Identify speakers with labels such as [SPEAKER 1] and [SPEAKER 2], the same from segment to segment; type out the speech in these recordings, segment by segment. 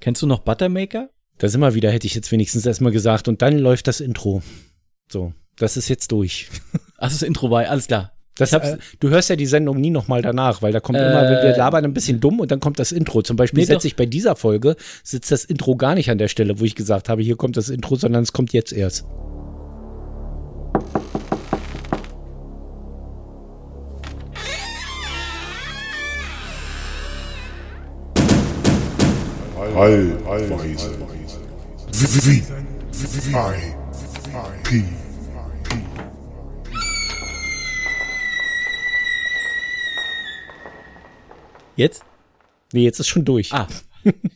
[SPEAKER 1] Kennst du noch Buttermaker?
[SPEAKER 2] Da sind wir wieder, hätte ich jetzt wenigstens erstmal gesagt. Und dann läuft das Intro. So, das ist jetzt durch.
[SPEAKER 1] Ach, das Intro bei, alles klar.
[SPEAKER 2] Das hab's,
[SPEAKER 1] Äh.
[SPEAKER 2] du hörst ja die Sendung nie nochmal danach, weil da kommt
[SPEAKER 1] Äh.
[SPEAKER 2] immer, wir labern ein bisschen dumm und dann kommt das Intro. Zum Beispiel
[SPEAKER 1] Nee, doch.
[SPEAKER 2] setze ich bei dieser Folge, sitzt das Intro gar nicht an der Stelle, wo ich gesagt habe, hier kommt das Intro, sondern es kommt jetzt erst.
[SPEAKER 3] Allweise. Wie? I. P.
[SPEAKER 1] Jetzt?
[SPEAKER 2] Nee, jetzt ist schon durch.
[SPEAKER 1] Ah,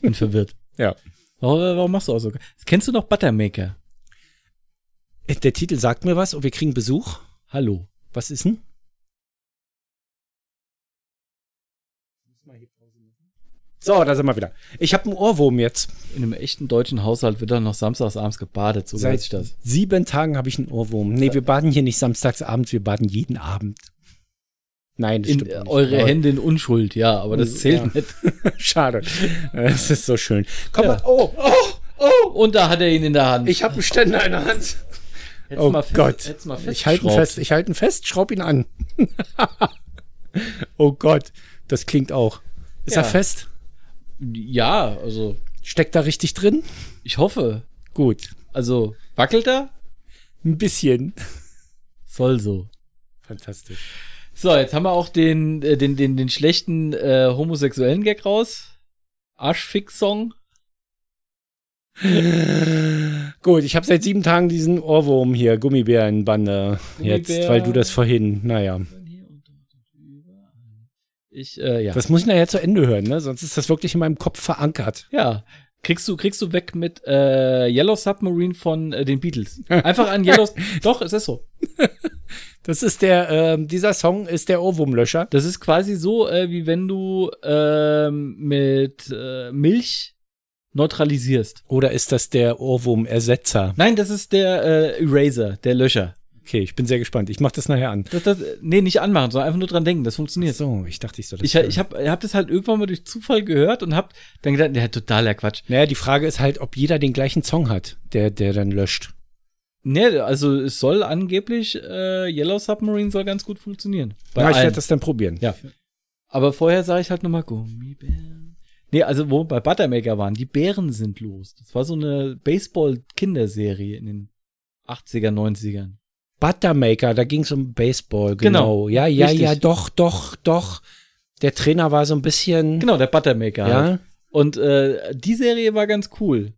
[SPEAKER 1] bin verwirrt.
[SPEAKER 2] Ja.
[SPEAKER 1] Warum, warum machst du auch so? Kennst du noch Buttermaker?
[SPEAKER 2] Äh, Der Titel sagt mir was und wir kriegen Besuch.
[SPEAKER 1] Hallo.
[SPEAKER 2] Was ist denn? So, da sind wir wieder. Ich habe einen Ohrwurm jetzt.
[SPEAKER 1] In einem echten deutschen Haushalt wird dann noch samstags abends gebadet, so weiß ich das.
[SPEAKER 2] sieben Tagen habe ich einen Ohrwurm. Nee, wir baden hier nicht samstags abends, wir baden jeden Abend. Nein, das
[SPEAKER 1] In,
[SPEAKER 2] stimmt
[SPEAKER 1] äh,
[SPEAKER 2] nicht.
[SPEAKER 1] eure
[SPEAKER 2] Aber-
[SPEAKER 1] Hände in Unschuld, ja, aber das zählt nicht.
[SPEAKER 2] Schade. Es ist so schön. Komm
[SPEAKER 1] Ja.
[SPEAKER 2] mal. Oh, oh, oh.
[SPEAKER 1] Und da hat er ihn in der Hand.
[SPEAKER 2] Ich habe einen Ständer in der Hand.
[SPEAKER 1] Hätt's
[SPEAKER 2] Oh
[SPEAKER 1] mal fest-
[SPEAKER 2] Gott.
[SPEAKER 1] hätt's mal
[SPEAKER 2] Ich halte ihn
[SPEAKER 1] festgeschraubt.
[SPEAKER 2] fest, ich halte ihn fest, schraub ihn an. oh Gott, das klingt auch. Ist
[SPEAKER 1] Ja.
[SPEAKER 2] er fest?
[SPEAKER 1] Ja, also
[SPEAKER 2] Steckt da richtig drin?
[SPEAKER 1] ich hoffe.
[SPEAKER 2] Gut.
[SPEAKER 1] Also wackelt er?
[SPEAKER 2] Ein bisschen.
[SPEAKER 1] Soll so.
[SPEAKER 2] Fantastisch.
[SPEAKER 1] So, jetzt haben wir auch den, äh, den, den, den schlechten äh, homosexuellen Gag raus. Arschfix-Song.
[SPEAKER 2] Gut, ich habe seit sieben Tagen diesen Ohrwurm hier, Gummibärenbande. Jetzt,
[SPEAKER 1] Gummibär.
[SPEAKER 2] weil du das vorhin, naja.
[SPEAKER 1] Ich, äh, ja.
[SPEAKER 2] Das muss ich nachher zu Ende hören, ne? Sonst ist das wirklich in meinem Kopf verankert.
[SPEAKER 1] Ja. Kriegst du, kriegst du weg mit äh, Yellow Submarine von äh, den Beatles. Einfach an Yellow. Doch, es ist so.
[SPEAKER 2] Das ist der, ähm, dieser Song ist der Ohrwurmlöscher.
[SPEAKER 1] Das ist quasi so, äh, wie wenn du ähm, mit äh, Milch neutralisierst.
[SPEAKER 2] Oder ist das der Ohrwurmersetzer?
[SPEAKER 1] Nein, das ist der äh, Eraser, der Löscher.
[SPEAKER 2] Okay, ich bin sehr gespannt. Ich mache das nachher an.
[SPEAKER 1] Das, das, nee, nicht anmachen, sondern einfach nur dran denken. Das funktioniert.
[SPEAKER 2] So, ich dachte, ich soll das. äh,
[SPEAKER 1] Ich, ich habe hab das halt irgendwann mal durch Zufall gehört und habe dann gedacht, der hat totaler Quatsch.
[SPEAKER 2] naja, die Frage ist halt, ob jeder den gleichen Song hat, der, der dann löscht.
[SPEAKER 1] Nee, also es soll angeblich, äh, Yellow Submarine soll ganz gut funktionieren. Bei
[SPEAKER 2] Na, ich werde
[SPEAKER 1] allen.
[SPEAKER 2] das dann probieren.
[SPEAKER 1] Ja. Aber vorher sage ich halt nochmal Gummibären. Nee, also wo wir bei Buttermaker waren, die Bären sind los. Das war so eine Baseball-Kinderserie in den 80er, 90ern.
[SPEAKER 2] Buttermaker, da ging es um Baseball. Genau.
[SPEAKER 1] Genau,
[SPEAKER 2] Ja, ja,
[SPEAKER 1] richtig.
[SPEAKER 2] ja, doch, doch, doch. Der Trainer war so ein bisschen.
[SPEAKER 1] Genau, der Buttermaker. halt.
[SPEAKER 2] Ja.
[SPEAKER 1] Und äh, die Serie war ganz cool.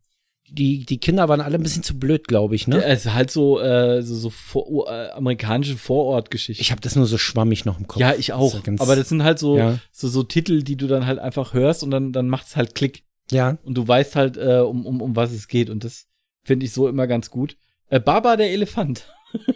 [SPEAKER 2] Die, die Kinder waren alle ein bisschen zu blöd, glaube ich, ne?
[SPEAKER 1] Es ist halt so, äh, so, so vor, äh, amerikanische Vorortgeschichte.
[SPEAKER 2] Ich habe das nur so schwammig noch im Kopf.
[SPEAKER 1] Ja, ich auch.
[SPEAKER 2] Das ist ganz-
[SPEAKER 1] Aber das sind halt so,
[SPEAKER 2] Ja.
[SPEAKER 1] so, so Titel, die du dann halt einfach hörst und dann, dann macht's halt Klick.
[SPEAKER 2] ja.
[SPEAKER 1] Und du weißt halt, äh, um, um, um was es geht. Und das finde ich so immer ganz gut. Äh, Baba der Elefant.
[SPEAKER 2] Mhm.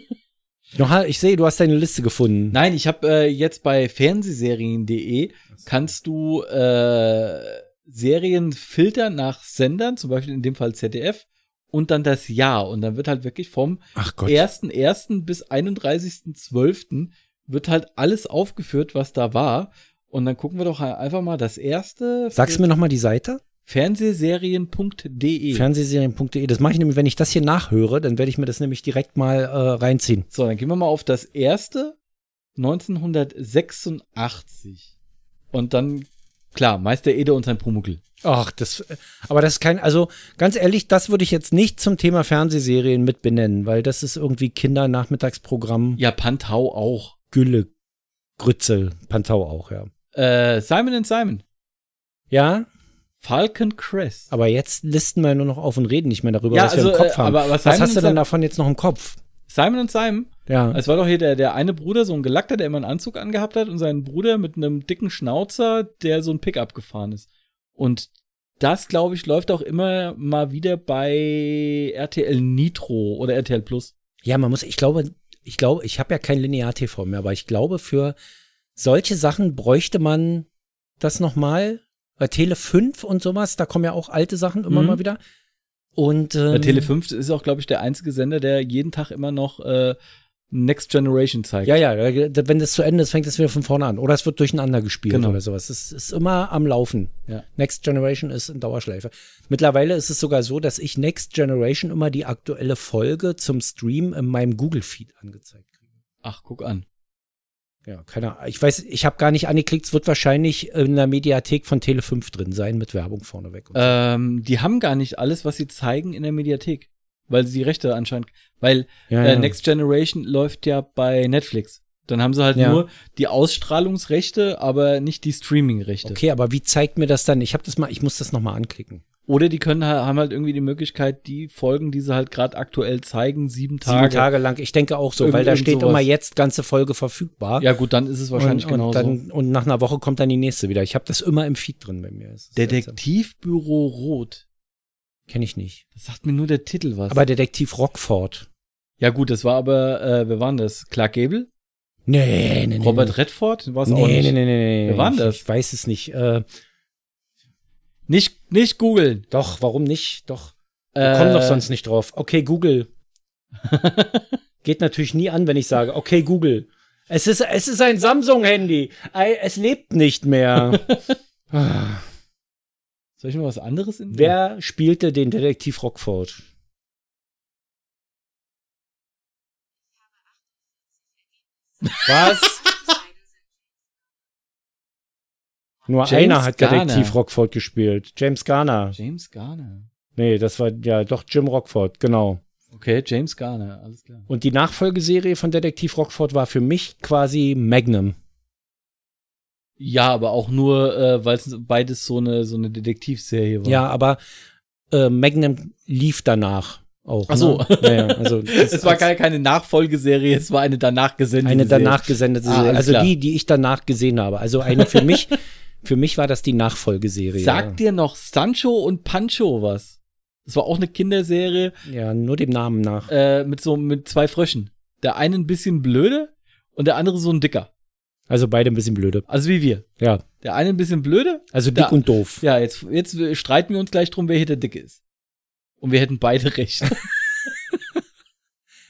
[SPEAKER 2] Noch, ich sehe, du hast deine Liste gefunden.
[SPEAKER 1] Nein, ich habe äh, jetzt bei fernsehserien.de kannst du äh, Serien filtern nach Sendern, zum Beispiel in dem Fall ZDF, und dann das Jahr. Und dann wird halt wirklich vom
[SPEAKER 2] Ach Gott.
[SPEAKER 1] 1.1. bis 31.12. wird halt alles aufgeführt, was da war. Und dann gucken wir doch einfach mal das erste.
[SPEAKER 2] Sagst du mir nochmal die Seite?
[SPEAKER 1] Fernsehserien.de.
[SPEAKER 2] Fernsehserien.de. Das mache ich nämlich, wenn ich das hier nachhöre, dann werde ich mir das nämlich direkt mal äh, reinziehen.
[SPEAKER 1] so, dann gehen wir mal auf das erste 1986. Und dann, klar, Meister Ede und sein Pumuckl.
[SPEAKER 2] Ach, das. äh, Aber das ist kein. Also ganz ehrlich, das würde ich jetzt nicht zum Thema Fernsehserien mit benennen, weil das ist irgendwie Kindernachmittagsprogramm.
[SPEAKER 1] Ja, Pantau auch.
[SPEAKER 2] Gülle, Grütze, Pantau auch, ja.
[SPEAKER 1] Äh, Simon and Simon.
[SPEAKER 2] Ja,
[SPEAKER 1] Falcon Crest.
[SPEAKER 2] aber jetzt listen wir nur noch auf und reden nicht mehr darüber,
[SPEAKER 1] Ja,
[SPEAKER 2] was wir
[SPEAKER 1] also,
[SPEAKER 2] im Kopf
[SPEAKER 1] äh,
[SPEAKER 2] haben.
[SPEAKER 1] aber- aber
[SPEAKER 2] was
[SPEAKER 1] Simon
[SPEAKER 2] hast du denn
[SPEAKER 1] sagt-
[SPEAKER 2] davon jetzt noch im Kopf?
[SPEAKER 1] Simon und Simon.
[SPEAKER 2] Ja.
[SPEAKER 1] Es war doch hier der, der eine Bruder, so ein Gelackter, der immer einen Anzug angehabt hat und seinen Bruder mit einem dicken Schnauzer, der so ein Pickup gefahren ist. Und das, glaube ich, läuft auch immer mal wieder bei RTL Nitro oder RTL Plus.
[SPEAKER 2] Ja, man muss, ich glaube, ich glaube, ich habe ja kein Linear-TV mehr, aber ich glaube, für solche Sachen bräuchte man das nochmal. Bei Tele 5 und sowas, da kommen ja auch alte Sachen immer
[SPEAKER 1] Mhm.
[SPEAKER 2] mal wieder. Und ähm,
[SPEAKER 1] Bei Tele 5 ist auch, glaube ich, der einzige Sender, der jeden Tag immer noch äh, Next Generation zeigt.
[SPEAKER 2] Ja, ja, da- wenn das zu Ende ist, fängt es wieder von vorne an. Oder es wird durcheinander gespielt
[SPEAKER 1] Genau.
[SPEAKER 2] oder sowas. Es ist immer am Laufen.
[SPEAKER 1] Ja.
[SPEAKER 2] Next Generation ist in Dauerschleife. Mittlerweile ist es sogar so, dass ich Next Generation immer die aktuelle Folge zum Stream in meinem Google-Feed angezeigt kriege.
[SPEAKER 1] Ach, guck an.
[SPEAKER 2] Ja, keine Ahnung. Ich weiß, ich habe gar nicht angeklickt. Es wird wahrscheinlich in der Mediathek von Tele5 drin sein mit Werbung vorneweg. und so.
[SPEAKER 1] Ähm, die haben gar nicht alles, was sie zeigen, in der Mediathek. Weil sie die Rechte anscheinend. Weil
[SPEAKER 2] ja,
[SPEAKER 1] äh,
[SPEAKER 2] ja.
[SPEAKER 1] Next Generation läuft ja bei Netflix. Dann haben sie halt
[SPEAKER 2] Ja.
[SPEAKER 1] nur die Ausstrahlungsrechte, aber nicht die Streamingrechte.
[SPEAKER 2] Okay, aber wie zeigt mir das dann? Ich habe das mal, ich muss das nochmal anklicken.
[SPEAKER 1] Oder die können ha- haben halt irgendwie die Möglichkeit, die Folgen, die sie halt gerade aktuell zeigen, sieben Tage.
[SPEAKER 2] Sieben Tage lang. Ich denke auch so,
[SPEAKER 1] Irgend-
[SPEAKER 2] weil da
[SPEAKER 1] irgend
[SPEAKER 2] steht
[SPEAKER 1] sowas.
[SPEAKER 2] immer jetzt ganze Folge verfügbar.
[SPEAKER 1] Ja, gut, dann ist es wahrscheinlich
[SPEAKER 2] und, und,
[SPEAKER 1] genauso.
[SPEAKER 2] dann, und nach einer Woche kommt dann die nächste wieder. Ich habe das immer im Feed drin bei mir. Das ist seltsam.
[SPEAKER 1] Detektivbüro Rot.
[SPEAKER 2] Kenn ich nicht.
[SPEAKER 1] Das sagt mir nur der Titel was.
[SPEAKER 2] Aber Detektiv Rockford.
[SPEAKER 1] ja, gut, das war aber, äh, wer war denn das? Clark Gable?
[SPEAKER 2] Nee, nee, nee.
[SPEAKER 1] Robert
[SPEAKER 2] nee.
[SPEAKER 1] Redford? War es
[SPEAKER 2] nee,
[SPEAKER 1] auch nicht.
[SPEAKER 2] nee, nee, nee, nee.
[SPEAKER 1] Wer war denn
[SPEAKER 2] Ich-
[SPEAKER 1] das?
[SPEAKER 2] Ich weiß es nicht. Äh,
[SPEAKER 1] Nicht, nicht googeln. Äh,
[SPEAKER 2] doch, warum nicht? Doch. Wir kommen doch sonst nicht drauf. Okay, Google. Geht natürlich nie an, wenn ich sage, okay, Google. Es ist, es ist ein Samsung-Handy. Ei, Es lebt nicht mehr. Ah.
[SPEAKER 1] Soll ich noch was anderes in
[SPEAKER 2] Wer spielte den Detektiv Rockford? Was? Nur
[SPEAKER 1] James
[SPEAKER 2] einer hat
[SPEAKER 1] Garner.
[SPEAKER 2] Detektiv Rockford gespielt. James Garner.
[SPEAKER 1] James Garner.
[SPEAKER 2] Nee, das war ja doch Jim Rockford, genau.
[SPEAKER 1] Okay, James Garner, alles klar.
[SPEAKER 2] Und die Nachfolgeserie von Detektiv Rockford war für mich quasi Magnum.
[SPEAKER 1] Ja, aber auch nur, äh, weil es beides so eine, so eine Detektivserie war.
[SPEAKER 2] Ja, aber äh, Magnum lief danach auch.
[SPEAKER 1] Ach so.
[SPEAKER 2] Ne? Ja, ja, also das
[SPEAKER 1] Es war
[SPEAKER 2] als
[SPEAKER 1] keine, keine Nachfolgeserie, es war eine danach gesendete
[SPEAKER 2] eine danach
[SPEAKER 1] Serie.
[SPEAKER 2] gesendete
[SPEAKER 1] Ah,
[SPEAKER 2] Serie.
[SPEAKER 1] alles
[SPEAKER 2] also
[SPEAKER 1] klar.
[SPEAKER 2] die, die ich danach gesehen habe. Also eine für mich, für mich war das die Nachfolgeserie.
[SPEAKER 1] Sagt dir noch Sancho und Pancho was? Das war auch eine Kinderserie
[SPEAKER 2] ja, nur dem Namen nach.
[SPEAKER 1] äh, mit so mit zwei Fröschen. Der eine ein bisschen blöde und der andere so ein dicker.
[SPEAKER 2] Also beide ein bisschen blöde.
[SPEAKER 1] Also wie wir.
[SPEAKER 2] Ja,
[SPEAKER 1] Der eine ein bisschen blöde.
[SPEAKER 2] also dick
[SPEAKER 1] Da-
[SPEAKER 2] und doof.
[SPEAKER 1] Ja, jetzt, jetzt streiten wir uns gleich drum, wer hier der dicke ist. Und wir hätten beide recht.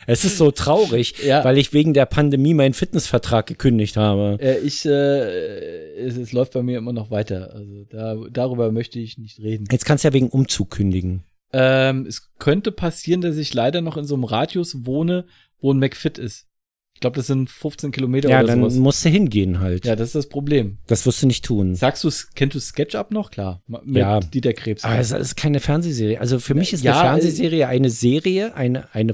[SPEAKER 2] Es ist so traurig,
[SPEAKER 1] Ja.
[SPEAKER 2] weil ich wegen der Pandemie meinen Fitnessvertrag gekündigt habe.
[SPEAKER 1] Äh, ich, äh, es, es läuft bei mir immer noch weiter. Also da, darüber möchte ich nicht reden.
[SPEAKER 2] Jetzt kannst du ja wegen Umzug kündigen.
[SPEAKER 1] Ähm, es könnte passieren, dass ich leider noch in so einem Radius wohne, wo ein McFit ist. Ich glaube, das sind 15 Kilometer
[SPEAKER 2] Ja,
[SPEAKER 1] oder
[SPEAKER 2] dann
[SPEAKER 1] sowas.
[SPEAKER 2] musst du hingehen halt.
[SPEAKER 1] Ja, das ist das Problem.
[SPEAKER 2] Das wirst du nicht tun.
[SPEAKER 1] Sagst du, kennst du SketchUp noch? Klar. ma- Mit
[SPEAKER 2] Ja.
[SPEAKER 1] Dieter Krebs.
[SPEAKER 2] Aber es ist keine Fernsehserie. Also für mich ist
[SPEAKER 1] Ja, äh,
[SPEAKER 2] eine Fernsehserie eine Serie, eine, eine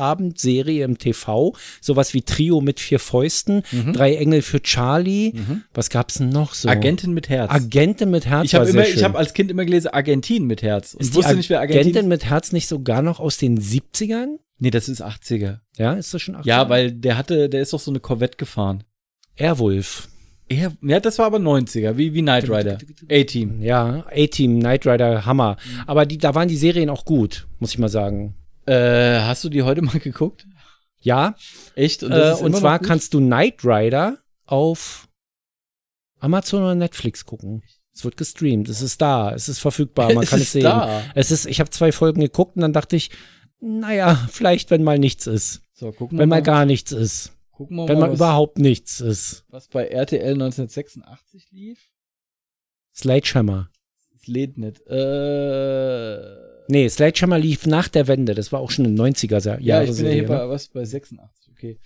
[SPEAKER 2] Vorabendserie im TV. Sowas wie Trio mit vier Fäusten,
[SPEAKER 1] Mhm.
[SPEAKER 2] Drei Engel für Charlie.
[SPEAKER 1] Mhm.
[SPEAKER 2] Was gab's denn noch so?
[SPEAKER 1] Agentin mit Herz.
[SPEAKER 2] Agente mit Herz.
[SPEAKER 1] ich habe
[SPEAKER 2] war sehr
[SPEAKER 1] immer, ich
[SPEAKER 2] schön.
[SPEAKER 1] habe als Kind immer gelesen, Argentin mit Herz. Und
[SPEAKER 2] ist
[SPEAKER 1] wusste
[SPEAKER 2] die
[SPEAKER 1] nicht, wer Argentin
[SPEAKER 2] Agentin mit Herz nicht sogar noch aus den 70ern?
[SPEAKER 1] Nee, das ist 80er.
[SPEAKER 2] Ja, ist das schon 80er?
[SPEAKER 1] Ja, weil der hatte, der ist doch so eine Corvette gefahren.
[SPEAKER 2] Airwolf.
[SPEAKER 1] Er, ja, das war aber 90er, wie, wie Knight Rider. A-Team.
[SPEAKER 2] Ja, A-Team, Knight Rider, Hammer.
[SPEAKER 1] Mhm.
[SPEAKER 2] Aber die, da waren die Serien auch gut, muss ich mal sagen.
[SPEAKER 1] Äh, hast du die heute mal geguckt?
[SPEAKER 2] Ja,
[SPEAKER 1] Echt?
[SPEAKER 2] Und,
[SPEAKER 1] das
[SPEAKER 2] äh,
[SPEAKER 1] ist
[SPEAKER 2] und
[SPEAKER 1] immer
[SPEAKER 2] zwar
[SPEAKER 1] noch gut?
[SPEAKER 2] kannst du Knight Rider auf Amazon oder Netflix gucken. Es wird gestreamt, es ist da, es ist verfügbar, man
[SPEAKER 1] Es
[SPEAKER 2] kann
[SPEAKER 1] ist
[SPEAKER 2] es sehen.
[SPEAKER 1] da.
[SPEAKER 2] Es ist, ich habe zwei Folgen geguckt und dann dachte ich, naja, vielleicht wenn mal nichts ist,
[SPEAKER 1] So, gucken wir
[SPEAKER 2] wenn mal
[SPEAKER 1] mal,
[SPEAKER 2] gar nichts ist,
[SPEAKER 1] gucken wir
[SPEAKER 2] wenn
[SPEAKER 1] mal
[SPEAKER 2] mal
[SPEAKER 1] was,
[SPEAKER 2] überhaupt nichts ist.
[SPEAKER 1] was bei RTL 1986 lief.
[SPEAKER 2] Sledgehammer.
[SPEAKER 1] Das lädt nicht. Äh,
[SPEAKER 2] Nee, Sledgehammer lief nach der Wende, das war auch schon in 90er Jahren.
[SPEAKER 1] ja, ich bin ja hier
[SPEAKER 2] ne?
[SPEAKER 1] bei, was, bei 86, okay.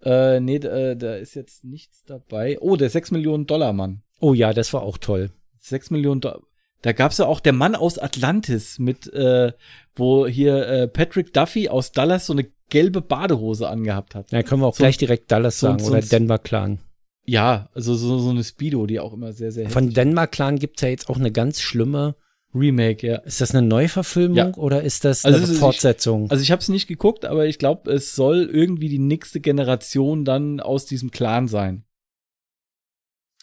[SPEAKER 1] Äh, nee, da, da ist jetzt nichts dabei. Oh, der 6 Millionen Dollar Mann.
[SPEAKER 2] Oh ja, das war auch toll.
[SPEAKER 1] 6 Millionen Dollar. Da gab's ja auch der Mann aus Atlantis mit, äh, wo hier äh, Patrick Duffy aus Dallas so eine gelbe Badehose angehabt hat.
[SPEAKER 2] Da können wir auch
[SPEAKER 1] So-
[SPEAKER 2] gleich direkt Dallas
[SPEAKER 1] so-
[SPEAKER 2] sagen
[SPEAKER 1] so-
[SPEAKER 2] oder Denver Clan.
[SPEAKER 1] Ja, also so, so eine Speedo, die auch immer sehr, sehr
[SPEAKER 2] Von
[SPEAKER 1] heftig-
[SPEAKER 2] Denver Clan gibt's ja jetzt auch eine ganz schlimme
[SPEAKER 1] Remake, ja.
[SPEAKER 2] Ist das eine Neuverfilmung
[SPEAKER 1] Ja.
[SPEAKER 2] oder ist das
[SPEAKER 1] Also
[SPEAKER 2] eine
[SPEAKER 1] es ist-
[SPEAKER 2] Fortsetzung?
[SPEAKER 1] Also ich habe es nicht geguckt, aber ich glaube, es soll irgendwie die nächste Generation dann aus diesem Clan sein.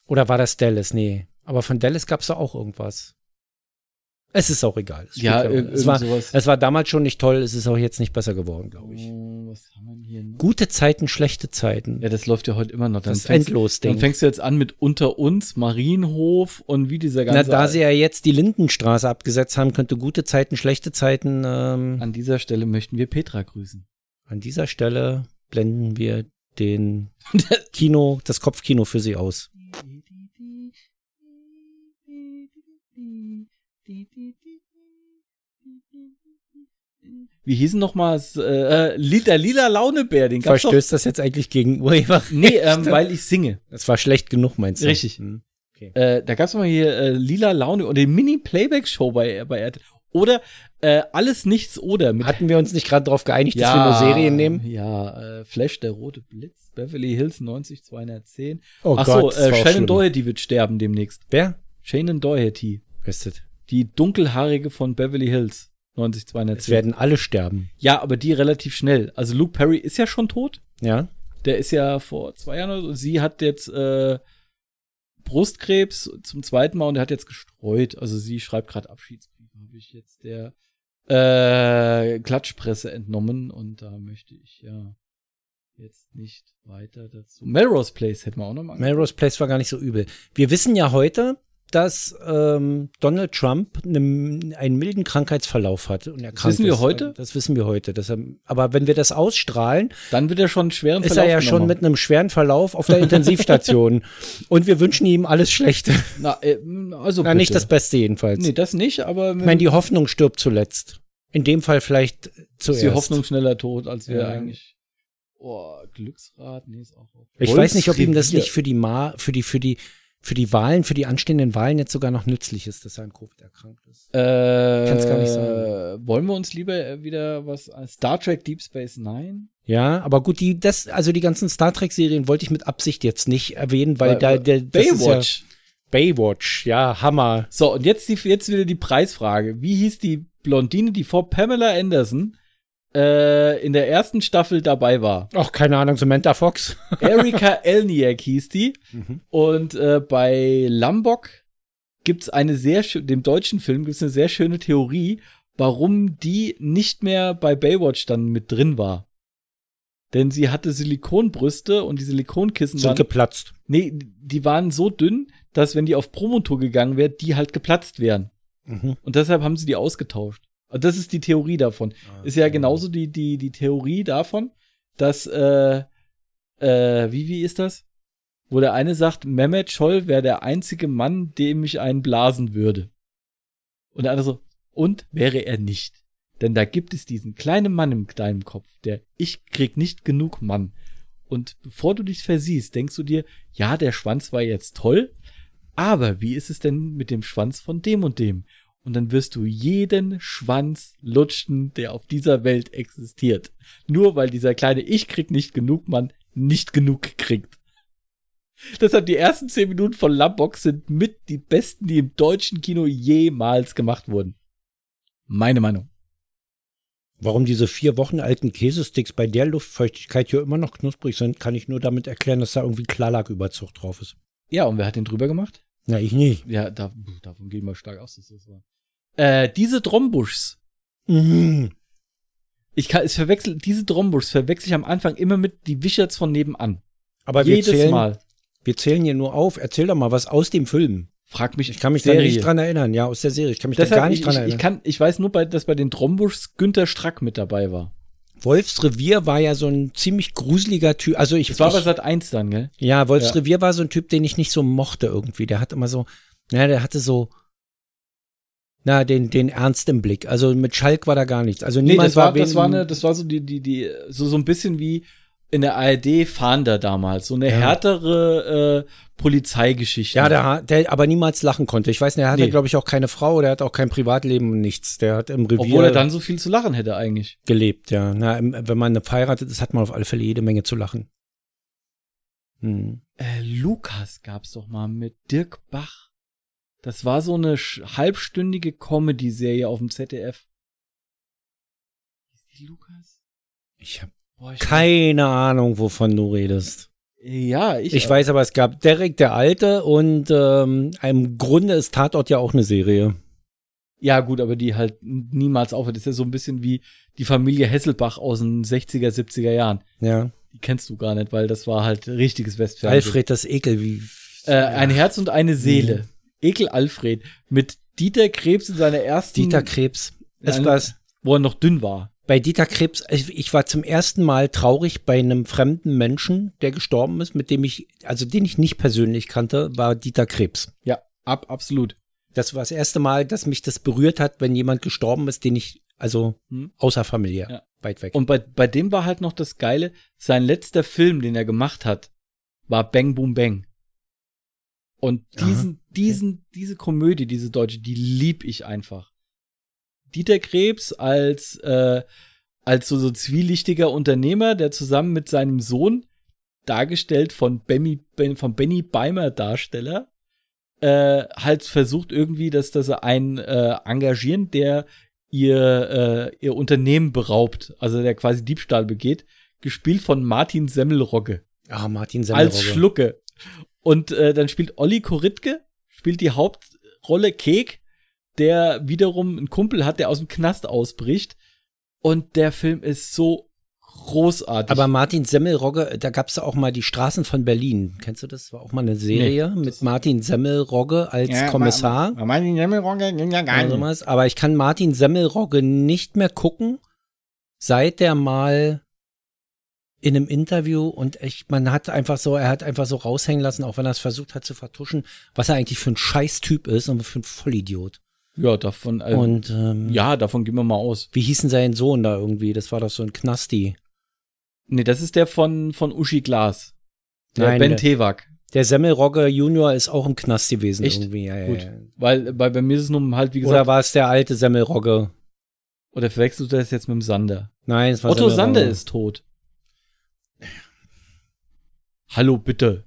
[SPEAKER 2] oder war das Dallas? Nee. Aber von Dallas gab es doch auch irgendwas. Es ist auch egal. Es, spielt keine Rolle. es, war,
[SPEAKER 1] sowas.
[SPEAKER 2] es war damals schon nicht toll, es ist auch jetzt nicht besser geworden, glaube ich.
[SPEAKER 1] Oh, was haben wir denn hier? noch?
[SPEAKER 2] Gute Zeiten, schlechte Zeiten.
[SPEAKER 1] Ja, das läuft ja heute immer noch. Dann,
[SPEAKER 2] das ist
[SPEAKER 1] fängst,
[SPEAKER 2] endlos
[SPEAKER 1] dann
[SPEAKER 2] Ding.
[SPEAKER 1] fängst du jetzt an mit Unter uns, Marienhof und wie dieser
[SPEAKER 2] Na,
[SPEAKER 1] ganze
[SPEAKER 2] da sie ja jetzt die Lindenstraße abgesetzt haben, könnte gute Zeiten, schlechte Zeiten ähm,
[SPEAKER 1] An dieser Stelle möchten wir Petra grüßen.
[SPEAKER 2] an dieser Stelle blenden wir den Kino, das Kopfkino für sie aus.
[SPEAKER 1] Wie hießen nochmal äh, Lied der lila Launebär? Den gab's
[SPEAKER 2] Verstößt das jetzt eigentlich gegen Urheberrecht?
[SPEAKER 1] doch. Nee, ähm, weil ich singe.
[SPEAKER 2] Das war schlecht genug, meinst du?
[SPEAKER 1] Richtig.
[SPEAKER 2] Hm.
[SPEAKER 1] Äh, da gab's mal hier äh, lila Laune und den Mini-Playback-Show bei, bei RTL. Oder äh, alles nichts oder mit
[SPEAKER 2] Hatten wir uns nicht gerade darauf geeinigt, dass wir nur Serien nehmen?
[SPEAKER 1] Ja, äh, Flash, der rote Blitz, Beverly Hills 90 210.
[SPEAKER 2] Oh
[SPEAKER 1] Ach so,
[SPEAKER 2] das war
[SPEAKER 1] äh,
[SPEAKER 2] auch
[SPEAKER 1] Shannon
[SPEAKER 2] schlimm.
[SPEAKER 1] Doherty wird sterben demnächst.
[SPEAKER 2] Wer?
[SPEAKER 1] Shannon Doherty,
[SPEAKER 2] Bestet.
[SPEAKER 1] die dunkelhaarige von Beverly Hills 90
[SPEAKER 2] Es
[SPEAKER 1] 210.
[SPEAKER 2] werden alle sterben.
[SPEAKER 1] Ja, aber die relativ schnell. Also Luke Perry ist ja schon tot.
[SPEAKER 2] Ja?
[SPEAKER 1] Der ist ja vor zwei Jahren oder so. Sie hat jetzt äh, Brustkrebs zum zweiten Mal und er hat jetzt gestreut. Also sie schreibt gerade Abschiedsbriefe, habe ich jetzt der äh, Klatschpresse entnommen und da möchte ich ja jetzt nicht weiter dazu. Melrose Place hätten wir auch noch mal.
[SPEAKER 2] Melrose Place war gar nicht so übel. Wir wissen ja heute, dass ähm, Donald Trump ne, einen milden Krankheitsverlauf hat. Und erkrankt
[SPEAKER 1] wissen wir
[SPEAKER 2] ist.
[SPEAKER 1] heute?
[SPEAKER 2] Das wissen wir heute. Dass er, aber wenn wir das ausstrahlen,
[SPEAKER 1] Dann wird er schon einen schweren
[SPEAKER 2] ist er ja schon
[SPEAKER 1] genommen
[SPEAKER 2] mit einem schweren Verlauf auf der Intensivstation. Und wir wünschen ihm alles Schlechte.
[SPEAKER 1] haben. Na, äh, also
[SPEAKER 2] Na,
[SPEAKER 1] bitte.
[SPEAKER 2] nicht das Beste jedenfalls.
[SPEAKER 1] Nee, das nicht, aber
[SPEAKER 2] Ich meine, die Hoffnung stirbt zuletzt. In dem Fall vielleicht zuerst.
[SPEAKER 1] ist die Hoffnung schneller tot, als wir
[SPEAKER 2] Ja.
[SPEAKER 1] eigentlich. Oh, Glücksrad, nee, ist auch.
[SPEAKER 2] Ich weiß nicht, ob ihm das
[SPEAKER 1] Wolfsrevier.
[SPEAKER 2] nicht für die Ma, für die, für die, für die Wahlen, für die anstehenden Wahlen jetzt sogar noch nützlich ist, dass er an Covid erkrankt ist.
[SPEAKER 1] Äh,
[SPEAKER 2] Kann's gar nicht sagen.
[SPEAKER 1] Wollen wir uns lieber äh, wieder was. Star Trek Deep Space Nine?
[SPEAKER 2] Ja, aber gut, die, das, also die ganzen Star Trek-Serien wollte ich mit Absicht jetzt nicht erwähnen, weil
[SPEAKER 1] Äh,
[SPEAKER 2] da der das ist
[SPEAKER 1] Baywatch.
[SPEAKER 2] Ja, Baywatch, ja, Hammer.
[SPEAKER 1] So, und jetzt, die, jetzt wieder die Preisfrage. Wie hieß die Blondine, die vor Pamela Anderson äh, in der ersten Staffel dabei war?
[SPEAKER 2] Auch keine Ahnung, Samantha Fox.
[SPEAKER 1] Erika Elniak hieß die. Und äh, bei Lambok gibt's eine sehr schö- dem deutschen Film gibt's eine sehr schöne Theorie, warum die nicht mehr bei Baywatch dann mit drin war. Denn sie hatte Silikonbrüste und die Silikonkissen
[SPEAKER 2] Sind
[SPEAKER 1] waren,
[SPEAKER 2] geplatzt.
[SPEAKER 1] nee, die waren so dünn, dass wenn die auf Promotour gegangen wäre, die halt geplatzt wären.
[SPEAKER 2] Mhm.
[SPEAKER 1] Und deshalb haben sie die ausgetauscht. Und das ist die Theorie davon. Ist ja genauso die, die, die Theorie davon, dass, äh, äh, wie, wie ist das? Wo der eine sagt, Mehmet Scholl wäre der einzige Mann, dem ich einen blasen würde. Und der andere so, und wäre er nicht. Denn da gibt es diesen kleinen Mann im kleinen Kopf, der ich krieg nicht genug Mann. Und bevor du dich versiehst, denkst du dir, ja, der Schwanz war jetzt toll, aber wie ist es denn mit dem Schwanz von dem und dem? Und dann wirst du jeden Schwanz lutschen, der auf dieser Welt existiert. Nur weil dieser kleine Ich krieg nicht genug Mann nicht genug kriegt. Deshalb die ersten zehn Minuten von Lambox sind mit die besten, die im deutschen Kino jemals gemacht wurden. Meine Meinung.
[SPEAKER 2] Warum diese vier Wochen alten Käsesticks bei der Luftfeuchtigkeit hier immer noch knusprig sind, kann ich nur damit erklären, dass da irgendwie Klarlacküberzug drauf ist.
[SPEAKER 1] Ja, und wer hat den drüber gemacht?
[SPEAKER 2] Na, ich nicht.
[SPEAKER 1] Ja, da, davon gehen wir stark aus, dass das war. Äh, diese Drombuschs.
[SPEAKER 2] Mhm.
[SPEAKER 1] Ich kann, es verwechsel, diese Drombuschs verwechsel ich am Anfang immer mit die Wischers von nebenan.
[SPEAKER 2] Aber wir
[SPEAKER 1] Jedes
[SPEAKER 2] zählen,
[SPEAKER 1] Mal.
[SPEAKER 2] wir zählen hier nur auf. Erzähl doch mal was aus dem Film.
[SPEAKER 1] Frag mich,
[SPEAKER 2] Ich kann mich da
[SPEAKER 1] Serie.
[SPEAKER 2] nicht dran erinnern. Ja, aus der Serie. Ich kann mich da
[SPEAKER 1] Deshalb,
[SPEAKER 2] gar nicht
[SPEAKER 1] ich,
[SPEAKER 2] dran
[SPEAKER 1] ich, ich,
[SPEAKER 2] erinnern.
[SPEAKER 1] kann, ich weiß nur, bei, dass bei den Trombuschs Günther Strack mit dabei war.
[SPEAKER 2] Wolfsrevier war ja so ein ziemlich gruseliger Typ. Also ich,
[SPEAKER 1] Das war aber
[SPEAKER 2] ich
[SPEAKER 1] seit 1 dann, gell?
[SPEAKER 2] ja,
[SPEAKER 1] ja.
[SPEAKER 2] Wolfsrevier war so ein Typ, den ich nicht so mochte irgendwie. Der hat immer so, na, der hatte so, na, den, den Ernst im Blick. Also mit Schalk war da gar nichts. Also
[SPEAKER 1] Nee,
[SPEAKER 2] niemand
[SPEAKER 1] das war,
[SPEAKER 2] wen-
[SPEAKER 1] das war, eine, das war so, die, die, die, so, so ein bisschen wie in der ARD Fahnder damals. So eine
[SPEAKER 2] Ja.
[SPEAKER 1] härtere äh, Polizeigeschichte.
[SPEAKER 2] ja, der, ha- der aber niemals lachen konnte. Ich weiß nicht, er hatte,
[SPEAKER 1] Nee.
[SPEAKER 2] glaube ich, auch keine Frau, der hat auch kein Privatleben und nichts. Der hat im Revier
[SPEAKER 1] Obwohl er dann so viel zu lachen hätte eigentlich.
[SPEAKER 2] gelebt, ja. Na, im, wenn man verheiratet ist, hat man auf alle Fälle jede Menge zu lachen. Hm.
[SPEAKER 1] Äh, Lukas gab's doch mal mit Dirk Bach. Das war so eine sch- halbstündige Comedy-Serie auf dem ZDF. Ist die Lukas?
[SPEAKER 2] Ich habe
[SPEAKER 1] Boah, ich
[SPEAKER 2] keine Ahnung, wovon du redest.
[SPEAKER 1] Ja, ich,
[SPEAKER 2] Ich, weiß aber, es gab Derek der Alte und ähm, im Grunde ist Tatort ja auch eine Serie.
[SPEAKER 1] Ja, gut, aber die halt n- niemals aufhört. Das ist ja so ein bisschen wie die Familie Hesselbach aus den 60er, 70er Jahren.
[SPEAKER 2] Ja.
[SPEAKER 1] Die kennst du gar nicht, weil das war halt richtiges Westfernsehen.
[SPEAKER 2] Alfred das Ekel, wie.
[SPEAKER 1] Äh, ein Herz und eine Seele. Ekel Alfred. Mit Dieter Krebs in seiner ersten,
[SPEAKER 2] Dieter Krebs.
[SPEAKER 1] Nein.
[SPEAKER 2] Ist das?
[SPEAKER 1] wo er noch dünn war.
[SPEAKER 2] bei Dieter Krebs, ich ich war zum ersten Mal traurig bei einem fremden Menschen, der gestorben ist, mit dem ich, also den ich nicht persönlich kannte, war Dieter Krebs.
[SPEAKER 1] Ja, ab, absolut.
[SPEAKER 2] Das war das erste Mal, dass mich das berührt hat, wenn jemand gestorben ist, den ich, also
[SPEAKER 1] Hm.
[SPEAKER 2] außer Familie,
[SPEAKER 1] Ja.
[SPEAKER 2] weit weg.
[SPEAKER 1] Und bei, bei dem war halt noch das Geile, sein letzter Film, den er gemacht hat, war Bang Boom Bang. Und
[SPEAKER 2] Aha,
[SPEAKER 1] diesen, diesen, diese Komödie, diese deutsche, die lieb ich einfach. Dieter Krebs als, äh, als so, so zwielichtiger Unternehmer, der zusammen mit seinem Sohn, dargestellt von Benny, ben, von Benny Beimer Darsteller, äh, halt versucht irgendwie, dass, dass er einen äh, engagieren, der ihr, äh, ihr Unternehmen beraubt, also der quasi Diebstahl begeht, gespielt von Martin Semmelrogge
[SPEAKER 2] ah, Martin
[SPEAKER 1] als Schlucke. Und äh, dann spielt Olli Koritke, spielt die Hauptrolle Kek, der wiederum einen Kumpel hat, der aus dem Knast ausbricht. Und der Film ist so großartig.
[SPEAKER 2] Aber Martin Semmelrogge, äh, da gab es auch mal die Straßen von Berlin. Kennst du das? Das War auch mal eine Serie mit Martin Semmelrogge als Kommissar.
[SPEAKER 1] Martin Semmelrogge ging ja
[SPEAKER 2] oder sowas. Aber ich kann Martin Semmelrogge nicht mehr gucken, seit der mal in einem Interview und ich, man hat einfach so, er hat einfach so raushängen lassen, auch wenn er es versucht hat zu vertuschen, was er eigentlich für ein Scheißtyp ist und für ein Vollidiot.
[SPEAKER 1] Ja, davon, äh,
[SPEAKER 2] und ähm,
[SPEAKER 1] ja, davon gehen wir mal aus.
[SPEAKER 2] wie hieß denn sein Sohn da irgendwie? Das war doch so ein Knasti.
[SPEAKER 1] Nee, das ist der von, von Uschi Glas. Der
[SPEAKER 2] Nein,
[SPEAKER 1] Ben
[SPEAKER 2] der-
[SPEAKER 1] Tewak.
[SPEAKER 2] Der Semmelrogge Junior ist auch im Knast gewesen
[SPEAKER 1] Echt?
[SPEAKER 2] irgendwie. Ja, ja,
[SPEAKER 1] Gut.
[SPEAKER 2] ja.
[SPEAKER 1] Weil, weil bei mir ist es nun halt, wie gesagt,
[SPEAKER 2] Oder
[SPEAKER 1] oder,
[SPEAKER 2] war es der alte Semmelrogge?
[SPEAKER 1] verwechselst du das jetzt mit dem Sander?
[SPEAKER 2] Nein, es war
[SPEAKER 1] Otto
[SPEAKER 2] Semmelrogge.
[SPEAKER 1] Sander ist tot. Hallo, bitte.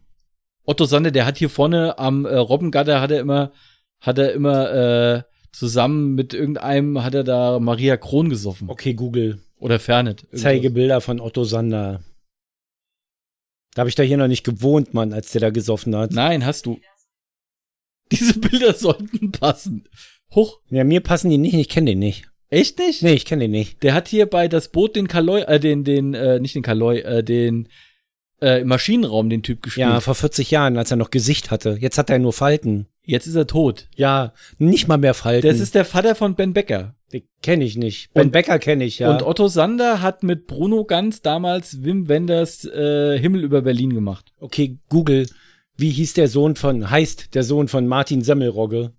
[SPEAKER 1] Otto Sander, der hat hier vorne am äh, Robbengatter hat er immer, hat er immer äh, zusammen mit irgendeinem hat er da Maria Kron gesoffen.
[SPEAKER 2] Okay, Google.
[SPEAKER 1] Oder Fernet. Irgendwas.
[SPEAKER 2] Zeige Bilder von Otto Sander. Da habe ich da hier noch nicht gewohnt, Mann, als der da gesoffen hat.
[SPEAKER 1] Nein, hast du. Diese Bilder sollten passen. Hoch,
[SPEAKER 2] Ja, mir passen die nicht, ich kenne den nicht.
[SPEAKER 1] echt nicht?
[SPEAKER 2] Nee, ich kenne den nicht.
[SPEAKER 1] Der hat hier bei das Boot den Kaloi, äh, den, den, äh, nicht den Kaloi, äh, den äh, im Maschinenraum den Typ gespielt.
[SPEAKER 2] Ja, vor 40 Jahren, als er noch Gesicht hatte. Jetzt hat er nur Falten.
[SPEAKER 1] Jetzt ist er tot.
[SPEAKER 2] Ja, nicht mal mehr Falten.
[SPEAKER 1] Das ist der Vater von Ben Becker.
[SPEAKER 2] den kenne ich nicht. Ben
[SPEAKER 1] Und-
[SPEAKER 2] Becker kenne ich, ja.
[SPEAKER 1] Und Otto Sander hat mit Bruno Ganz damals Wim Wenders äh, Himmel über Berlin gemacht.
[SPEAKER 2] okay, Google, wie hieß der Sohn von, heißt der Sohn von Martin Semmelrogge?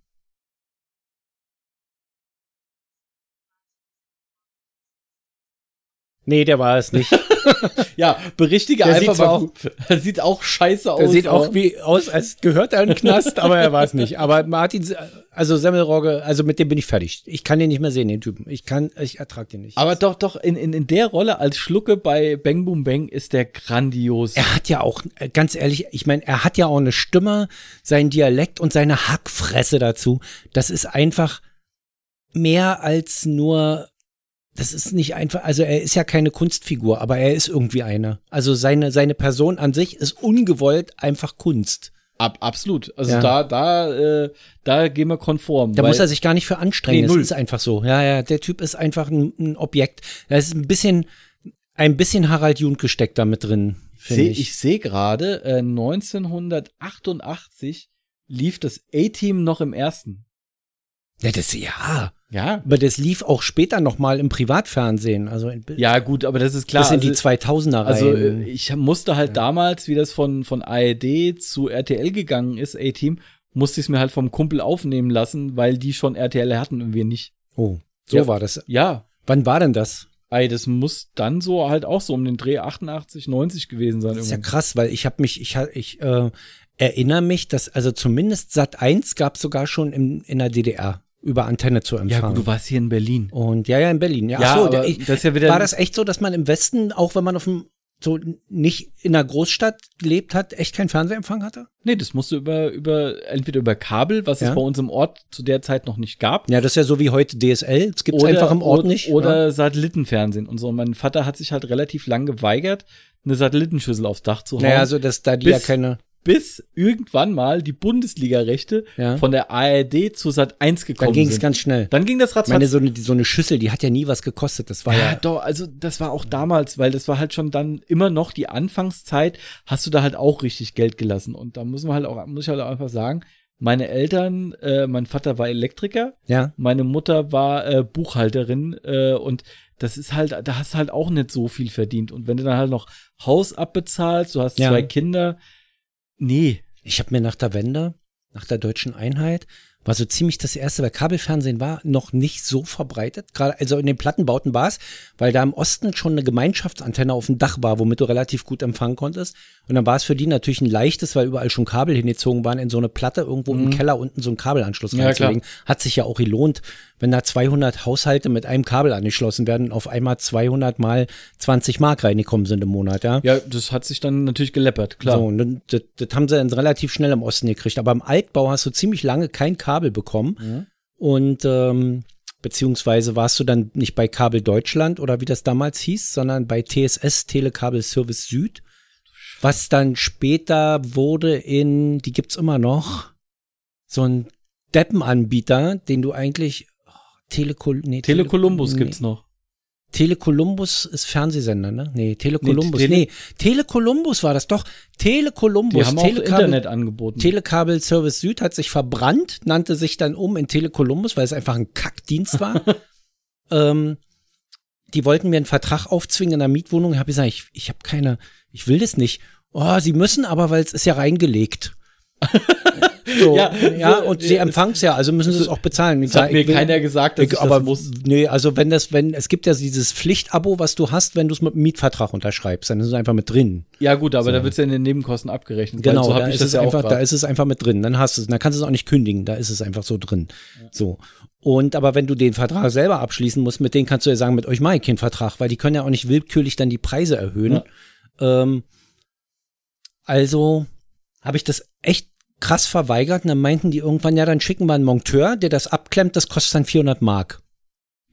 [SPEAKER 2] Nee, der war es nicht.
[SPEAKER 1] Ja, berichtige
[SPEAKER 2] Der
[SPEAKER 1] einfach
[SPEAKER 2] sieht zwar
[SPEAKER 1] mal. Auch, sieht auch scheiße aus. ne?
[SPEAKER 2] Er sieht
[SPEAKER 1] aber-
[SPEAKER 2] auch wie aus, als gehört er in den Knast, aber er war es nicht. Aber Martin, Se- also Semmelrogge, also mit dem bin ich fertig. Ich kann den nicht mehr sehen, den Typen. Ich kann, ich ertrag den nicht.
[SPEAKER 1] aber doch, doch, in, in, in der Rolle als Schlucke bei Bang Boom Bang ist der grandios.
[SPEAKER 2] er hat ja auch, äh, ganz ehrlich, ich meine, er hat ja auch eine Stimme, seinen Dialekt und seine Hackfresse dazu. Das ist einfach mehr als nur, das ist nicht einfach, also er ist ja keine Kunstfigur, aber er ist irgendwie eine. Also seine, seine Person an sich ist ungewollt einfach Kunst.
[SPEAKER 1] Ab, absolut. Also
[SPEAKER 2] Ja.
[SPEAKER 1] da, da, äh, da gehen wir konform.
[SPEAKER 2] Da
[SPEAKER 1] weil-
[SPEAKER 2] muss er sich gar nicht für anstrengen.
[SPEAKER 1] Nee,
[SPEAKER 2] das
[SPEAKER 1] null.
[SPEAKER 2] ist einfach so. Ja, ja, der Typ ist einfach ein, ein Objekt. Da ist ein bisschen, ein bisschen Harald Juntke steckt da mit drin, finde
[SPEAKER 1] Seh,
[SPEAKER 2] ich.
[SPEAKER 1] ich sehe gerade, äh, 1988 lief das A-Team noch im ersten.
[SPEAKER 2] Ja, das, ja.
[SPEAKER 1] Ja.
[SPEAKER 2] Aber das lief auch später nochmal im Privatfernsehen. Also in,
[SPEAKER 1] Ja, gut, aber das ist klar.
[SPEAKER 2] bis in die
[SPEAKER 1] also-
[SPEAKER 2] 2000er rein.
[SPEAKER 1] Also äh, ich musste halt
[SPEAKER 2] Ja.
[SPEAKER 1] damals, wie das von, von ARD zu RTL gegangen ist, A-Team, musste ich es mir halt vom Kumpel aufnehmen lassen, weil die schon RTL hatten und wir nicht.
[SPEAKER 2] oh, so
[SPEAKER 1] Ja.
[SPEAKER 2] war das.
[SPEAKER 1] Ja,
[SPEAKER 2] Wann war denn das?
[SPEAKER 1] ey, das muss dann so halt auch so um den Dreh 88, 90 gewesen sein.
[SPEAKER 2] Das ist ja
[SPEAKER 1] irgendwann.
[SPEAKER 2] krass, weil ich habe mich, ich, ha- ich äh, erinnere mich, dass also zumindest Sat 1 gab es sogar schon in, in der DDR über Antenne zu
[SPEAKER 1] ja,
[SPEAKER 2] empfangen.
[SPEAKER 1] gut, du warst hier in Berlin.
[SPEAKER 2] Und ja, ja, in Berlin. Ja,
[SPEAKER 1] Ja,
[SPEAKER 2] ach so,
[SPEAKER 1] aber
[SPEAKER 2] der- ich,
[SPEAKER 1] das ist ja wieder-
[SPEAKER 2] war das echt so, dass man im Westen, auch wenn man auf dem so nicht in einer Großstadt gelebt hat, echt keinen Fernsehempfang hatte?
[SPEAKER 1] Nee, das musste über, über, entweder über Kabel, was
[SPEAKER 2] Ja.
[SPEAKER 1] es bei uns im Ort zu der Zeit noch nicht gab.
[SPEAKER 2] Ja, das ist ja so wie heute DSL. Es gibt einfach im Ort
[SPEAKER 1] oder,
[SPEAKER 2] nicht. ne?
[SPEAKER 1] Oder Satellitenfernsehen und so. Und mein Vater hat sich halt relativ lang geweigert, eine Satellitenschüssel aufs Dach zu
[SPEAKER 2] ja.
[SPEAKER 1] hauen.
[SPEAKER 2] Naja, so dass da die ja
[SPEAKER 1] Bis-
[SPEAKER 2] keine.
[SPEAKER 1] bis irgendwann mal die Bundesliga-Rechte
[SPEAKER 2] Ja.
[SPEAKER 1] von der ARD zu Sat 1
[SPEAKER 2] Dann
[SPEAKER 1] gekommen
[SPEAKER 2] ging es
[SPEAKER 1] sind.
[SPEAKER 2] ganz schnell.
[SPEAKER 1] dann ging das
[SPEAKER 2] Ich meine,
[SPEAKER 1] ratzfatz.
[SPEAKER 2] so eine, so eine Schüssel, die hat ja nie was gekostet. Das war
[SPEAKER 1] ja,
[SPEAKER 2] ja.
[SPEAKER 1] doch, also das war auch damals, weil das war halt schon dann immer noch die Anfangszeit, hast du da halt auch richtig Geld gelassen. Und da muss man halt auch, muss ich halt auch einfach sagen, Meine Eltern, äh, mein Vater war Elektriker,
[SPEAKER 2] Ja.
[SPEAKER 1] meine Mutter war äh, Buchhalterin äh, und das ist halt, da hast du halt auch nicht so viel verdient. Und wenn du dann halt noch Haus abbezahlst, du hast
[SPEAKER 2] Ja.
[SPEAKER 1] zwei Kinder, nee.
[SPEAKER 2] Ich habe mir nach der Wende, nach der deutschen Einheit, war so ziemlich das erste, weil Kabelfernsehen war noch nicht so verbreitet, gerade also in den Plattenbauten war es, weil da im Osten schon eine Gemeinschaftsantenne auf dem Dach war, womit du relativ gut empfangen konntest. Und dann war es für die natürlich ein leichtes, weil überall schon Kabel hingezogen waren, in so eine Platte irgendwo im Keller unten so einen Kabelanschluss
[SPEAKER 1] Ja,
[SPEAKER 2] reinzulegen. Hat sich ja auch gelohnt, wenn da 200 Haushalte mit einem Kabel angeschlossen werden und auf einmal 200 mal 20 Mark reingekommen sind im Monat, ja.
[SPEAKER 1] Ja, das hat sich dann natürlich geleppert, klar.
[SPEAKER 2] So, und dann- das, das haben sie dann relativ schnell im Osten gekriegt. Aber im Altbau hast du ziemlich lange kein Kabel bekommen. Und ähm, beziehungsweise warst du dann nicht bei Kabel Deutschland oder wie das damals hieß, sondern bei TSS Telekabel Service Süd. Was dann später wurde in, die gibt's immer noch, so ein Deppenanbieter, den du eigentlich oh, Telekol nee, Tele-
[SPEAKER 1] Telekolumbus
[SPEAKER 2] nee.
[SPEAKER 1] gibt's noch.
[SPEAKER 2] Telekolumbus ist Fernsehsender, ne? Nee, Telekolumbus.
[SPEAKER 1] Nee,
[SPEAKER 2] Nee,
[SPEAKER 1] Tele-
[SPEAKER 2] Telekolumbus war das doch. Telekolumbus.
[SPEAKER 1] Die haben auch
[SPEAKER 2] Telekabel-
[SPEAKER 1] Internet angeboten.
[SPEAKER 2] Telekabel Service Süd hat sich verbrannt, nannte sich dann um in Telekolumbus, weil es einfach ein Kackdienst war. ähm, die wollten mir einen Vertrag aufzwingen in der Mietwohnung. Ich habe gesagt, ich, ich habe keine, ich will das nicht. Oh, sie müssen aber, weil es ist ja reingelegt. so,
[SPEAKER 1] Ja,
[SPEAKER 2] ja,
[SPEAKER 1] so,
[SPEAKER 2] und sie
[SPEAKER 1] ja,
[SPEAKER 2] empfangen es ja, also müssen sie es auch bezahlen. Ich
[SPEAKER 1] das hat
[SPEAKER 2] sag,
[SPEAKER 1] mir
[SPEAKER 2] ich will-
[SPEAKER 1] keiner gesagt, dass ich,
[SPEAKER 2] Äh, aber
[SPEAKER 1] das muss.
[SPEAKER 2] nee, also wenn das, wenn es gibt ja dieses Pflichtabo, was du hast, wenn du es mit einem Mietvertrag unterschreibst, dann ist es einfach mit drin.
[SPEAKER 1] Ja gut, aber da wird's ja in den Nebenkosten abgerechnet. weil
[SPEAKER 2] Genau,
[SPEAKER 1] so hab
[SPEAKER 2] da,
[SPEAKER 1] ich
[SPEAKER 2] ist
[SPEAKER 1] das
[SPEAKER 2] es
[SPEAKER 1] ja auch
[SPEAKER 2] einfach, da
[SPEAKER 1] grad.
[SPEAKER 2] ist es einfach mit drin. Dann hast du es, dann kannst du es auch nicht kündigen. Da ist es einfach so drin. So. Und aber wenn du den Vertrag selber abschließen musst, mit denen kannst du ja sagen, mit euch mache ich keinen Vertrag, weil die können ja auch nicht willkürlich dann die Preise erhöhen. Ähm, also habe ich das echt krass verweigert und dann meinten die irgendwann, ja, dann schicken wir einen Monteur, der das abklemmt, das kostet dann 400 Mark.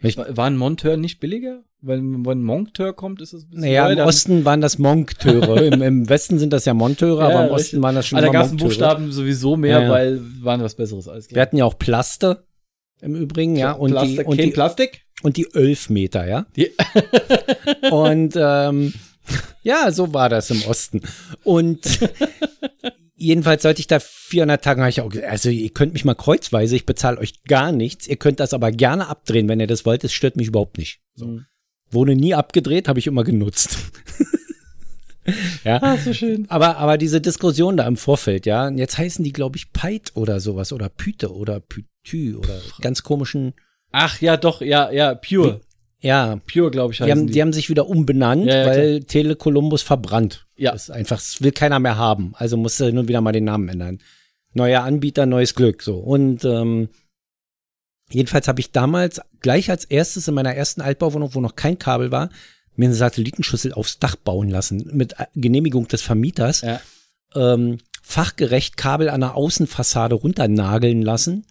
[SPEAKER 1] War war ein Monteur nicht billiger? Weil wenn ein Monteur kommt, ist es ein bisschen
[SPEAKER 2] Naja, im
[SPEAKER 1] teuer, dann-
[SPEAKER 2] Osten waren das Monkteure. Im, Im Westen sind das ja Monteure,
[SPEAKER 1] Ja,
[SPEAKER 2] aber im
[SPEAKER 1] richtig.
[SPEAKER 2] Osten waren das schon
[SPEAKER 1] Ah, da
[SPEAKER 2] immer
[SPEAKER 1] gab's einen
[SPEAKER 2] Monkteure.
[SPEAKER 1] Buchstaben sowieso mehr,
[SPEAKER 2] Ja, ja.
[SPEAKER 1] weil waren was Besseres als
[SPEAKER 2] Wir hatten ja auch Plaste im Übrigen, ja, und
[SPEAKER 1] Plastik,
[SPEAKER 2] die, und
[SPEAKER 1] kein
[SPEAKER 2] die,
[SPEAKER 1] Plastik?
[SPEAKER 2] und die 11 Meter, ja.
[SPEAKER 1] Die-
[SPEAKER 2] und ähm, ja, so war das im Osten. Und jedenfalls sollte ich da 400 Tagen, hab ich auch, ge- also ihr könnt mich mal kreuzweise, ich bezahle euch gar nichts, ihr könnt das aber gerne abdrehen, wenn ihr das wollt, es stört mich überhaupt nicht.
[SPEAKER 1] So.
[SPEAKER 2] Wurde nie abgedreht, habe ich immer genutzt. ja.
[SPEAKER 1] Ah, so schön.
[SPEAKER 2] Aber, aber diese Diskussion da im Vorfeld, ja, und jetzt heißen die, glaube ich, Peit oder sowas oder Püte oder Pütü oder ganz komischen,
[SPEAKER 1] Ach ja, doch, ja, ja, Pure.
[SPEAKER 2] ja,
[SPEAKER 1] Pure, glaube ich,
[SPEAKER 2] die
[SPEAKER 1] heißen
[SPEAKER 2] haben, die haben sich wieder umbenannt,
[SPEAKER 1] Ja, ja,
[SPEAKER 2] weil Telekolumbus verbrannt.
[SPEAKER 1] Ja.
[SPEAKER 2] Ist einfach, das will keiner mehr haben. Also musste hin und wieder mal den Namen ändern. Neuer Anbieter, neues Glück, so. Und, ähm, jedenfalls habe ich damals gleich als erstes in meiner ersten Altbauwohnung, wo noch kein Kabel war, mir eine Satellitenschüssel aufs Dach bauen lassen. Mit Genehmigung des Vermieters.
[SPEAKER 1] Ja.
[SPEAKER 2] ähm, fachgerecht Kabel an der Außenfassade runternageln lassen.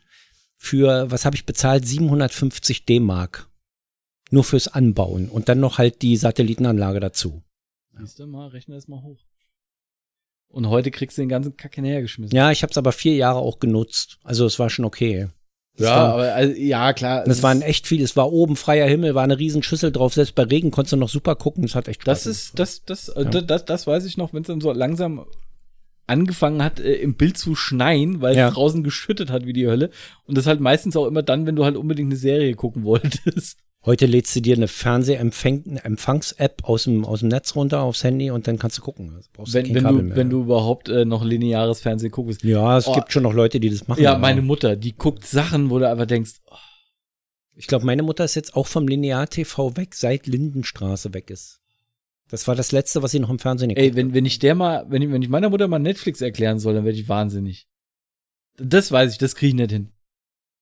[SPEAKER 2] Für, was habe ich bezahlt? 750 D-Mark. Nur fürs Anbauen. Und dann noch halt die Satellitenanlage dazu.
[SPEAKER 1] Siehst du mal, rechne das mal hoch. Und heute kriegst du den ganzen Kack hinterhergeschmissen.
[SPEAKER 2] Ja, ich habe es aber vier Jahre auch genutzt. Also es war schon okay. Das war,
[SPEAKER 1] aber also, ja, klar.
[SPEAKER 2] das waren echt viel. Es war oben freier Himmel, war eine riesen Schüssel drauf. Selbst bei Regen konntest du noch super gucken. Es hat echt Spaß
[SPEAKER 1] Das ist, das, das, äh,
[SPEAKER 2] Ja.
[SPEAKER 1] da- das, das weiß ich noch, wenn es dann so langsam angefangen hat, äh, im Bild zu schneien, weil es
[SPEAKER 2] Ja.
[SPEAKER 1] draußen geschüttet hat wie die Hölle. Und das halt meistens auch immer dann, wenn du halt unbedingt eine Serie gucken wolltest.
[SPEAKER 2] Heute lädst du dir eine Fernsehempfangs-App aus dem, aus dem Netz runter aufs Handy und dann kannst du gucken. Also brauchst
[SPEAKER 1] Wenn,
[SPEAKER 2] kein
[SPEAKER 1] wenn,
[SPEAKER 2] Kabel
[SPEAKER 1] du, wenn du überhaupt äh, noch lineares Fernsehen guckst.
[SPEAKER 2] Ja, es
[SPEAKER 1] Oh.
[SPEAKER 2] gibt schon noch Leute, die das machen.
[SPEAKER 1] Ja,
[SPEAKER 2] aber-
[SPEAKER 1] meine Mutter, die guckt Sachen, wo du einfach denkst, oh,
[SPEAKER 2] Ich glaube, meine Mutter ist jetzt auch vom Linear-TV weg, seit Lindenstraße weg ist. Das war das Letzte, was sie noch im Fernsehen geguckt
[SPEAKER 1] ey, wenn, wenn ich der mal, wenn ich, wenn ich meiner Mutter mal Netflix erklären soll, dann werde ich wahnsinnig. Das weiß ich, das kriege ich nicht hin.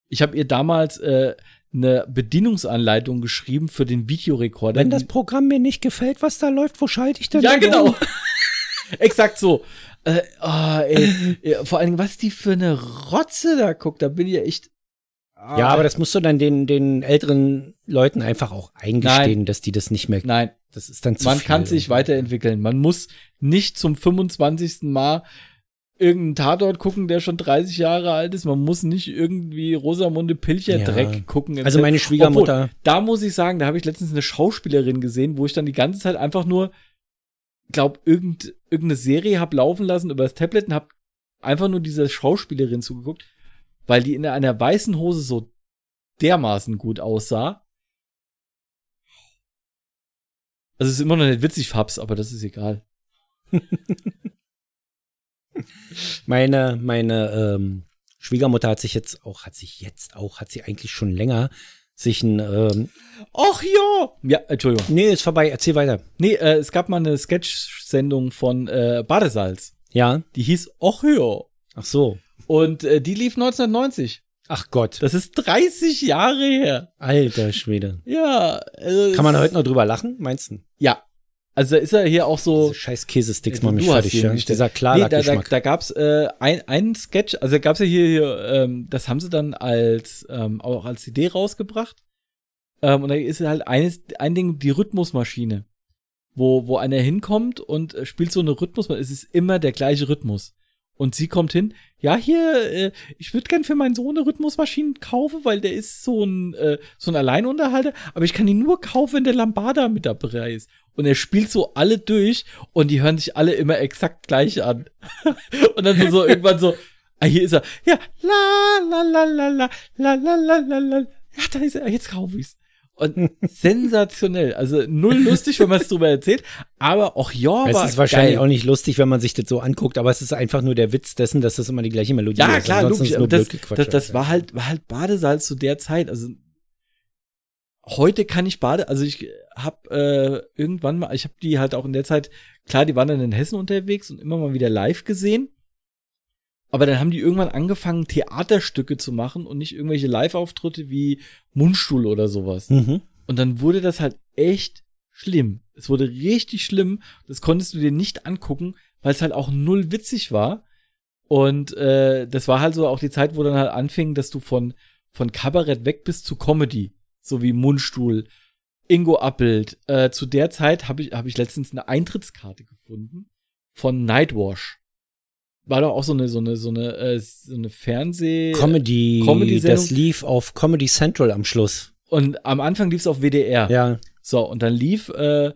[SPEAKER 1] Ich habe ihr damals äh, eine Bedienungsanleitung geschrieben für den
[SPEAKER 2] hat.
[SPEAKER 1] Videorekorder.
[SPEAKER 2] Wenn das Programm mir nicht gefällt, was da läuft, wo schalte ich denn?
[SPEAKER 1] Ja,
[SPEAKER 2] dann
[SPEAKER 1] genau.
[SPEAKER 2] um?
[SPEAKER 1] Exakt so. Äh, ah, ey, Ja, vor allen Dingen, was die für eine Rotze da guckt, da bin ich ja echt. Ah,
[SPEAKER 2] Ja, aber das musst du dann den, den älteren Leuten einfach auch eingestehen, dass die das nicht mehr.
[SPEAKER 1] Nein,
[SPEAKER 2] Das ist dann zu
[SPEAKER 1] man
[SPEAKER 2] viel.
[SPEAKER 1] kann sich weiterentwickeln. Man muss nicht zum 25. Mal irgendeinen Tatort gucken, der schon 30 Jahre alt ist. Man muss nicht irgendwie Rosamunde Pilcher
[SPEAKER 2] Ja.
[SPEAKER 1] Dreck gucken.
[SPEAKER 2] Also meine Schwiegermutter.
[SPEAKER 1] Obwohl, da muss ich sagen, da habe ich letztens eine Schauspielerin gesehen, wo ich dann die ganze Zeit einfach nur, glaub, irgend, irgendeine Serie hab laufen lassen über das Tablet und hab einfach nur dieser Schauspielerin zugeguckt, weil die in einer weißen Hose so dermaßen gut aussah. Also es ist immer noch nicht witzig, Fabs, aber das ist egal.
[SPEAKER 2] Meine, meine ähm, Schwiegermutter hat sich jetzt auch, hat sich jetzt auch, hat sie eigentlich schon länger sich ein, ähm,
[SPEAKER 1] Och ja! Ja, Entschuldigung.
[SPEAKER 2] nee, ist vorbei, erzähl weiter.
[SPEAKER 1] Nee, äh, es gab mal eine Sketch-Sendung von äh, Badesalz.
[SPEAKER 2] Ja,
[SPEAKER 1] Die hieß Och ja.
[SPEAKER 2] ach so.
[SPEAKER 1] Und äh, die lief 1990.
[SPEAKER 2] Ach Gott,
[SPEAKER 1] Das ist 30 Jahre her.
[SPEAKER 2] alter Schwede.
[SPEAKER 1] Ja. Also
[SPEAKER 2] Kann man heute noch drüber lachen, meinst du?
[SPEAKER 1] Ja. Also da ist er hier auch so. Also
[SPEAKER 2] Diese scheiß Käsesticks
[SPEAKER 1] Du
[SPEAKER 2] machen mich
[SPEAKER 1] hast
[SPEAKER 2] fertig.
[SPEAKER 1] die
[SPEAKER 2] Ja.
[SPEAKER 1] nicht.
[SPEAKER 2] Dieser
[SPEAKER 1] Nee,
[SPEAKER 2] klare
[SPEAKER 1] da, da,
[SPEAKER 2] Geschmack.
[SPEAKER 1] da gab's äh, ein, einen Sketch, also gab's ja hier, hier ähm, das haben sie dann als ähm, auch als CD rausgebracht. Ähm, und da ist halt eines, ein Ding, die Rhythmusmaschine. Wo, wo einer hinkommt und äh, spielt so eine Rhythmus, es ist immer der gleiche Rhythmus. Und sie kommt hin, ja, hier, äh, ich würde gern für meinen Sohn eine Rhythmusmaschine kaufen, weil der ist so ein, äh, so ein Alleinunterhalter, aber ich kann ihn nur kaufen, wenn der Lambada mit dabei ist. Und er spielt so alle durch und die hören sich alle immer exakt gleich an. und dann so, so irgendwann so, ah, hier ist er, ja, la, la, la, la, la, la, la, la, la, la, ja, da ist er, jetzt kauf ich's. Und sensationell, also null lustig, wenn man es drüber erzählt, aber auch ja,
[SPEAKER 2] Es
[SPEAKER 1] war
[SPEAKER 2] ist wahrscheinlich
[SPEAKER 1] geil.
[SPEAKER 2] auch nicht lustig, wenn man sich das so anguckt, aber es ist einfach nur der Witz dessen, dass das immer die gleiche Melodie
[SPEAKER 1] Ja,
[SPEAKER 2] ist.
[SPEAKER 1] klar,
[SPEAKER 2] Ansonsten
[SPEAKER 1] logisch.
[SPEAKER 2] ist
[SPEAKER 1] aber
[SPEAKER 2] nur
[SPEAKER 1] Das,
[SPEAKER 2] blöd gequatscht.
[SPEAKER 1] das, das war halt, war halt Badesalz zu der Zeit. Also heute kann ich Bade, also ich hab äh, irgendwann mal, ich habe die halt auch in der Zeit, klar, die waren dann in Hessen unterwegs und immer mal wieder live gesehen. Aber dann haben die irgendwann angefangen, Theaterstücke zu machen und nicht irgendwelche Live-Auftritte wie Mundstuhl oder sowas.
[SPEAKER 2] Mhm.
[SPEAKER 1] Und dann wurde das halt echt schlimm. Es wurde richtig schlimm. Das konntest du dir nicht angucken, weil es halt auch null witzig war. Und äh, das war halt so auch die Zeit, wo dann halt anfing, dass du von, von Kabarett weg bist zu Comedy. So wie Mundstuhl, Ingo Appelt. Äh, zu der Zeit habe ich, hab ich letztens eine Eintrittskarte gefunden von Nightwash. War doch auch so eine, so eine, so eine, äh, so eine Fernseh.
[SPEAKER 2] Comedy,
[SPEAKER 1] Äh, Comedy-Sendung.
[SPEAKER 2] das lief auf Comedy Central am Schluss.
[SPEAKER 1] und am Anfang lief es auf WDR.
[SPEAKER 2] Ja,
[SPEAKER 1] So, und dann lief, äh,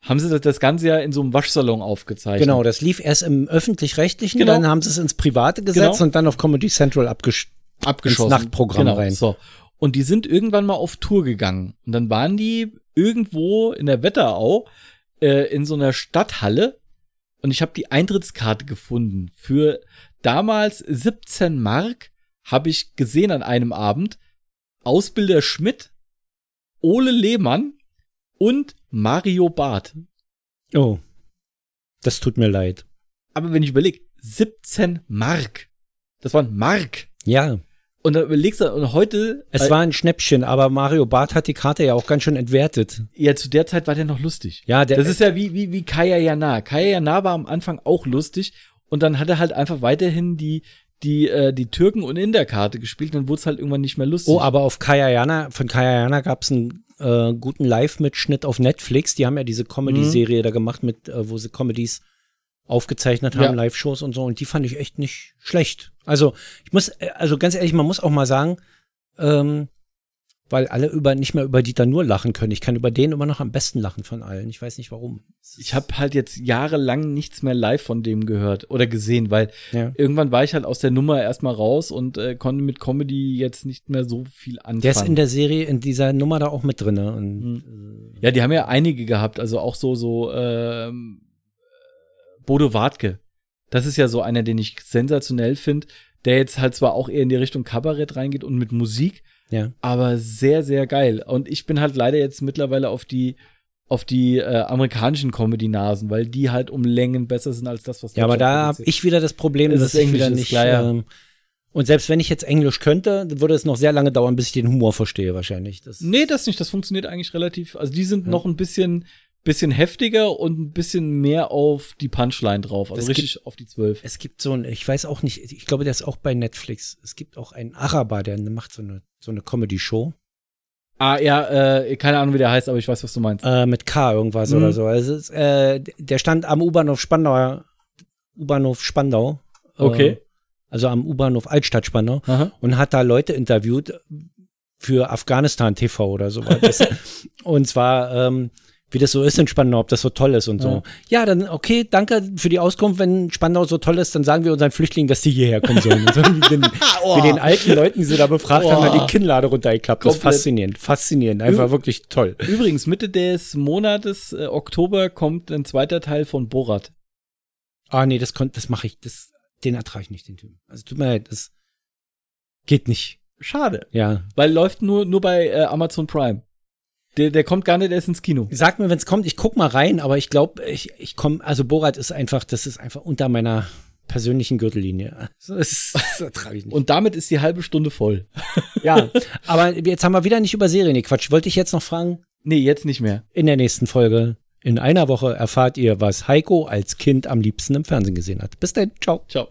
[SPEAKER 1] haben sie das, das Ganze ja in so einem Waschsalon aufgezeichnet.
[SPEAKER 2] genau. Das lief erst im öffentlich-rechtlichen,
[SPEAKER 1] Genau.
[SPEAKER 2] dann haben sie es ins Private gesetzt
[SPEAKER 1] Genau.
[SPEAKER 2] und dann auf Comedy Central abgesch
[SPEAKER 1] Abgeschossen. Genau,
[SPEAKER 2] ins Nachtprogramm rein.
[SPEAKER 1] So. Und die sind irgendwann mal auf Tour gegangen. Und dann waren die irgendwo in der Wetterau äh, in so einer Stadthalle. Und ich habe die Eintrittskarte gefunden. Für damals 17 Mark habe ich gesehen an einem Abend Ausbilder Schmidt, Ole Lehmann und Mario Barth.
[SPEAKER 2] Oh, das tut mir leid.
[SPEAKER 1] Aber wenn ich überlege, 17 Mark. Das waren Mark.
[SPEAKER 2] Ja,
[SPEAKER 1] Und dann überlegst du, und heute,
[SPEAKER 2] es
[SPEAKER 1] äh,
[SPEAKER 2] war ein Schnäppchen, aber Mario Barth hat die Karte ja auch ganz schön entwertet.
[SPEAKER 1] ja, zu der Zeit war der noch lustig.
[SPEAKER 2] Ja, äh, der
[SPEAKER 1] das ist ja wie, wie, wie Kaya Jana. Kaya Jana war am Anfang auch lustig und dann hat er halt einfach weiterhin die, die, äh, die Türken und Inder-Karte gespielt, dann wurde es halt irgendwann nicht mehr lustig.
[SPEAKER 2] Oh, aber auf Kayayana, von Kayayana gab es einen äh, guten Live-Mitschnitt auf Netflix. Die haben ja diese
[SPEAKER 1] Mhm.
[SPEAKER 2] Comedy-Serie da gemacht, mit, äh, wo sie Comedies aufgezeichnet haben,
[SPEAKER 1] Ja.
[SPEAKER 2] Live-Shows und so. Und die fand ich echt nicht schlecht. Also, ich muss, äh, also ganz ehrlich, man muss auch mal sagen, ähm, weil alle über, nicht mehr über Dieter nur lachen können. Ich kann über den immer noch am besten lachen von allen. Ich weiß nicht warum. Es ist-
[SPEAKER 1] ich habe halt jetzt jahrelang nichts mehr live von dem gehört oder gesehen, weil
[SPEAKER 2] ja.
[SPEAKER 1] irgendwann war ich halt aus der Nummer erstmal raus und äh, konnte mit Comedy jetzt nicht mehr so viel anfangen.
[SPEAKER 2] Der ist in der Serie, in dieser Nummer da auch mit drin. Und,
[SPEAKER 1] Mhm.
[SPEAKER 2] äh,
[SPEAKER 1] Ja, die haben ja einige gehabt, also auch so, so, ähm, Bodo Wartke. Das ist ja so einer, den ich sensationell finde, der jetzt halt zwar auch eher in die Richtung Kabarett reingeht und mit Musik,
[SPEAKER 2] ja.
[SPEAKER 1] aber sehr, sehr geil. Und ich bin halt leider jetzt mittlerweile auf die, auf die äh, amerikanischen Comedy-Nasen, weil die halt um Längen besser sind als das, was
[SPEAKER 2] Ja, aber da
[SPEAKER 1] Deutschland
[SPEAKER 2] habe
[SPEAKER 1] produziert.
[SPEAKER 2] ich wieder das Problem,
[SPEAKER 1] Es
[SPEAKER 2] dass
[SPEAKER 1] ist
[SPEAKER 2] ich wieder
[SPEAKER 1] Englisch, ist
[SPEAKER 2] nicht.
[SPEAKER 1] klar, ja.
[SPEAKER 2] ähm, und selbst wenn ich jetzt Englisch könnte, dann würde es noch sehr lange dauern, bis ich den Humor verstehe, wahrscheinlich. Das,
[SPEAKER 1] Nee, das nicht. Das funktioniert eigentlich relativ. Also die sind
[SPEAKER 2] Ja.
[SPEAKER 1] noch ein bisschen, bisschen heftiger und ein bisschen mehr auf die Punchline drauf. Also
[SPEAKER 2] Das gibt-
[SPEAKER 1] richtig auf die zwölf.
[SPEAKER 2] Es gibt so ein, ich weiß auch nicht, ich glaube, der ist auch bei Netflix. Es gibt auch einen Araber, der macht so eine, so eine Comedy-Show.
[SPEAKER 1] Ah, ja, äh, keine Ahnung, wie der heißt, aber ich weiß, was du meinst.
[SPEAKER 2] Äh, mit K irgendwas
[SPEAKER 1] Mhm.
[SPEAKER 2] oder so. Also es ist, äh, der stand am U-Bahnhof Spandau. U-Bahnhof Spandau. Äh,
[SPEAKER 1] Okay.
[SPEAKER 2] Also am U-Bahnhof Altstadt Spandau.
[SPEAKER 1] Aha.
[SPEAKER 2] und hat da Leute interviewt für Afghanistan TV oder sowas. und zwar ähm, wie das so ist in Spandau, ob das so toll ist und so. Ja, dann, okay, danke für die Auskunft. Wenn Spandau so toll ist, dann sagen wir unseren Flüchtlingen, dass die hierher kommen sollen. Und so, wie, den, wie den alten Leuten, die sie da befragt haben, da die Kinnlade runtergeklappt. Das ist
[SPEAKER 1] Komplett.
[SPEAKER 2] faszinierend, faszinierend. Einfach wirklich toll.
[SPEAKER 1] Übrigens, Mitte des Monates, äh, Oktober, kommt ein zweiter Teil von Borat.
[SPEAKER 2] Ah, nee, das konnte, das mache ich, das, den ertrage ich nicht, den Typen. Also tut mir leid, das geht nicht.
[SPEAKER 1] Schade.
[SPEAKER 2] Ja.
[SPEAKER 1] Weil läuft nur, nur bei äh, Amazon Prime. Der, der kommt gar nicht erst ins Kino.
[SPEAKER 2] Sag mir, wenn es kommt, ich guck mal rein, aber ich glaube, ich, ich komme, also Borat ist einfach, das ist einfach unter meiner persönlichen Gürtellinie. Also, Das, das ertrage ich nicht.
[SPEAKER 1] Und damit ist die halbe Stunde voll.
[SPEAKER 2] ja, aber jetzt haben wir wieder nicht über Serien gequatscht. Wollte ich jetzt noch fragen,
[SPEAKER 1] Nee, jetzt nicht mehr.
[SPEAKER 2] in der nächsten Folge, in einer Woche erfahrt ihr, was Heiko als Kind am liebsten im Fernsehen gesehen hat. Bis dann, ciao.
[SPEAKER 1] Ciao.